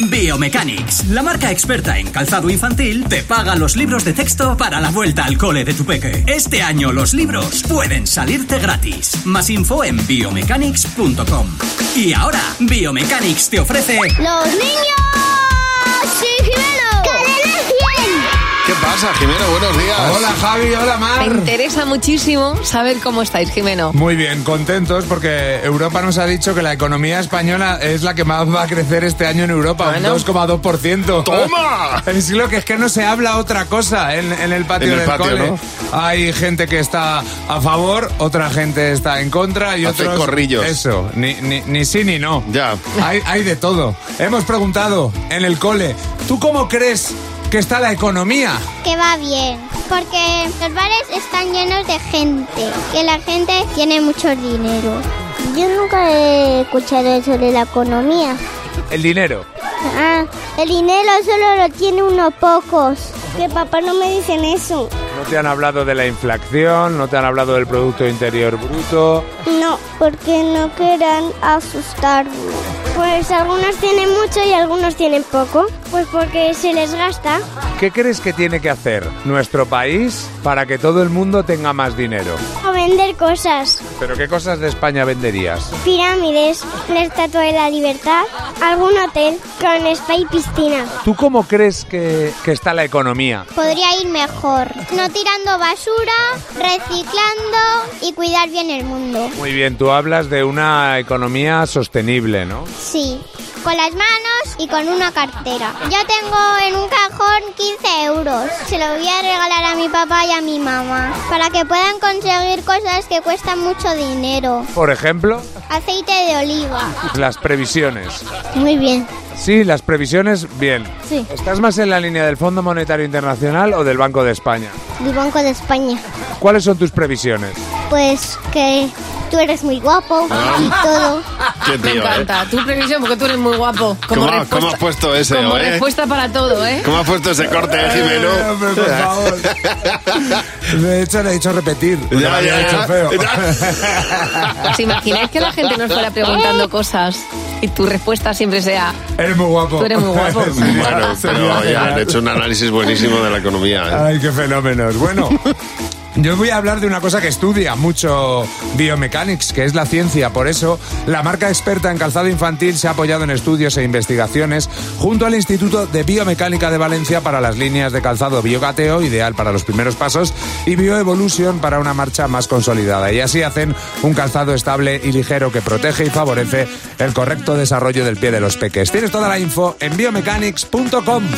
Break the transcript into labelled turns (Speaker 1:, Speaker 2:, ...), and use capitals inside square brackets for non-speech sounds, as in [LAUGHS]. Speaker 1: Biomechanics, la marca experta en calzado infantil, te paga los libros de texto para la vuelta al cole de tu peque. Este año los libros pueden salirte gratis. Más info en biomechanics.com. Y ahora, Biomechanics te ofrece...
Speaker 2: ¡Los niños! ¡Sí, Jimeno! ¡Cadena 100!
Speaker 3: ¿Qué pasa, Jimeno? Buenos días.
Speaker 4: Hola Javi, hola Mar.
Speaker 5: Me interesa muchísimo saber cómo estáis, Jimeno.
Speaker 4: Muy bien, contentos porque Europa nos ha dicho que la economía española es la que más va a crecer este año en Europa,
Speaker 5: Bueno.
Speaker 4: un 2,2%.
Speaker 3: ¡Toma!
Speaker 4: [LAUGHS] Es lo que es que no se habla otra cosa en, en el patio
Speaker 3: En el
Speaker 4: del
Speaker 3: patio,
Speaker 4: cole.
Speaker 3: ¿no?
Speaker 4: Hay gente que está a favor, otra gente está en contra y
Speaker 3: Hacen
Speaker 4: otros...
Speaker 3: corrillos.
Speaker 4: Eso, ni, ni, ni sí ni no.
Speaker 3: Ya.
Speaker 4: Hay, hay de todo. Hemos preguntado en el cole, ¿tú cómo crees que está la economía?
Speaker 2: Que va bien, porque los bares están llenos de gente, que la gente tiene mucho dinero. Yo nunca he escuchado eso de la economía.
Speaker 4: El dinero.
Speaker 2: Ah, el dinero solo lo tiene unos pocos. Que papá no me dicen eso.
Speaker 4: No te han hablado de la inflación, no te han hablado del Producto Interior Bruto.
Speaker 2: No, porque no querrán asustarnos. Pues algunos tienen mucho y algunos tienen poco. Pues porque se les gasta.
Speaker 4: ¿Qué crees que tiene que hacer nuestro país para que todo el mundo tenga más dinero?
Speaker 2: O vender cosas.
Speaker 4: ¿Pero qué cosas de España venderías?
Speaker 2: Pirámides, la Estatua de la Libertad, algún hotel con spa y piscina.
Speaker 4: ¿Tú cómo crees que, que está la economía?
Speaker 2: Podría ir mejor. No tirando basura, reciclando y cuidar bien el mundo.
Speaker 4: Muy bien, tú hablas de una economía sostenible, ¿no?
Speaker 2: Sí, con las manos y con una cartera. Yo tengo en un cajón 15 euros. Se lo voy a regalar a mi papá y a mi mamá para que puedan conseguir cosas que cuestan mucho dinero.
Speaker 4: Por ejemplo,
Speaker 2: Aceite de oliva.
Speaker 4: las previsiones.
Speaker 2: Muy bien.
Speaker 4: Sí, las previsiones, bien.
Speaker 2: Sí.
Speaker 4: ¿Estás más en la línea del Fondo Monetario Internacional o del Banco de España?
Speaker 2: Del Banco de España.
Speaker 4: ¿Cuáles son tus previsiones?
Speaker 2: Pues que tú eres muy guapo y todo.
Speaker 3: Qué
Speaker 5: Ah, Me
Speaker 3: tío, ¿eh?
Speaker 5: encanta. Tu previsión, porque tú eres muy guapo. Como
Speaker 3: ¿Cómo-
Speaker 5: respuesta-
Speaker 3: cómo has puesto ese,
Speaker 5: como
Speaker 3: eh?
Speaker 5: respuesta para todo, ¿eh?
Speaker 3: ¿Cómo ha puesto ese corte, de Jimeno? [LAUGHS]
Speaker 4: De hecho, le he dicho repetir. porque
Speaker 3: Ya,
Speaker 4: lo había
Speaker 3: ya,
Speaker 4: hecho
Speaker 3: ya.
Speaker 4: feo.
Speaker 5: ¿Os imagináis que la gente nos fuera preguntando cosas y tu respuesta siempre sea...
Speaker 4: [LAUGHS] Eres muy guapo.
Speaker 5: Tú eres muy
Speaker 4: [LAUGHS]
Speaker 5: guapo.
Speaker 3: Bueno, pero ya han hecho un análisis buenísimo de la economía. ¿eh?
Speaker 4: Ay, qué fenómenos. Bueno. Yo voy a hablar de una cosa que estudia mucho Biomechanics, que es la ciencia. Por eso, la marca experta en calzado infantil se ha apoyado en estudios e investigaciones junto al Instituto de Biomecánica de Valencia para las líneas de calzado Biogateo, ideal para los primeros pasos, y Bioevolution para una marcha más consolidada. Y así hacen un calzado estable y ligero que protege y favorece el correcto desarrollo del pie de los peques. Tienes toda la info en biomechanics.com.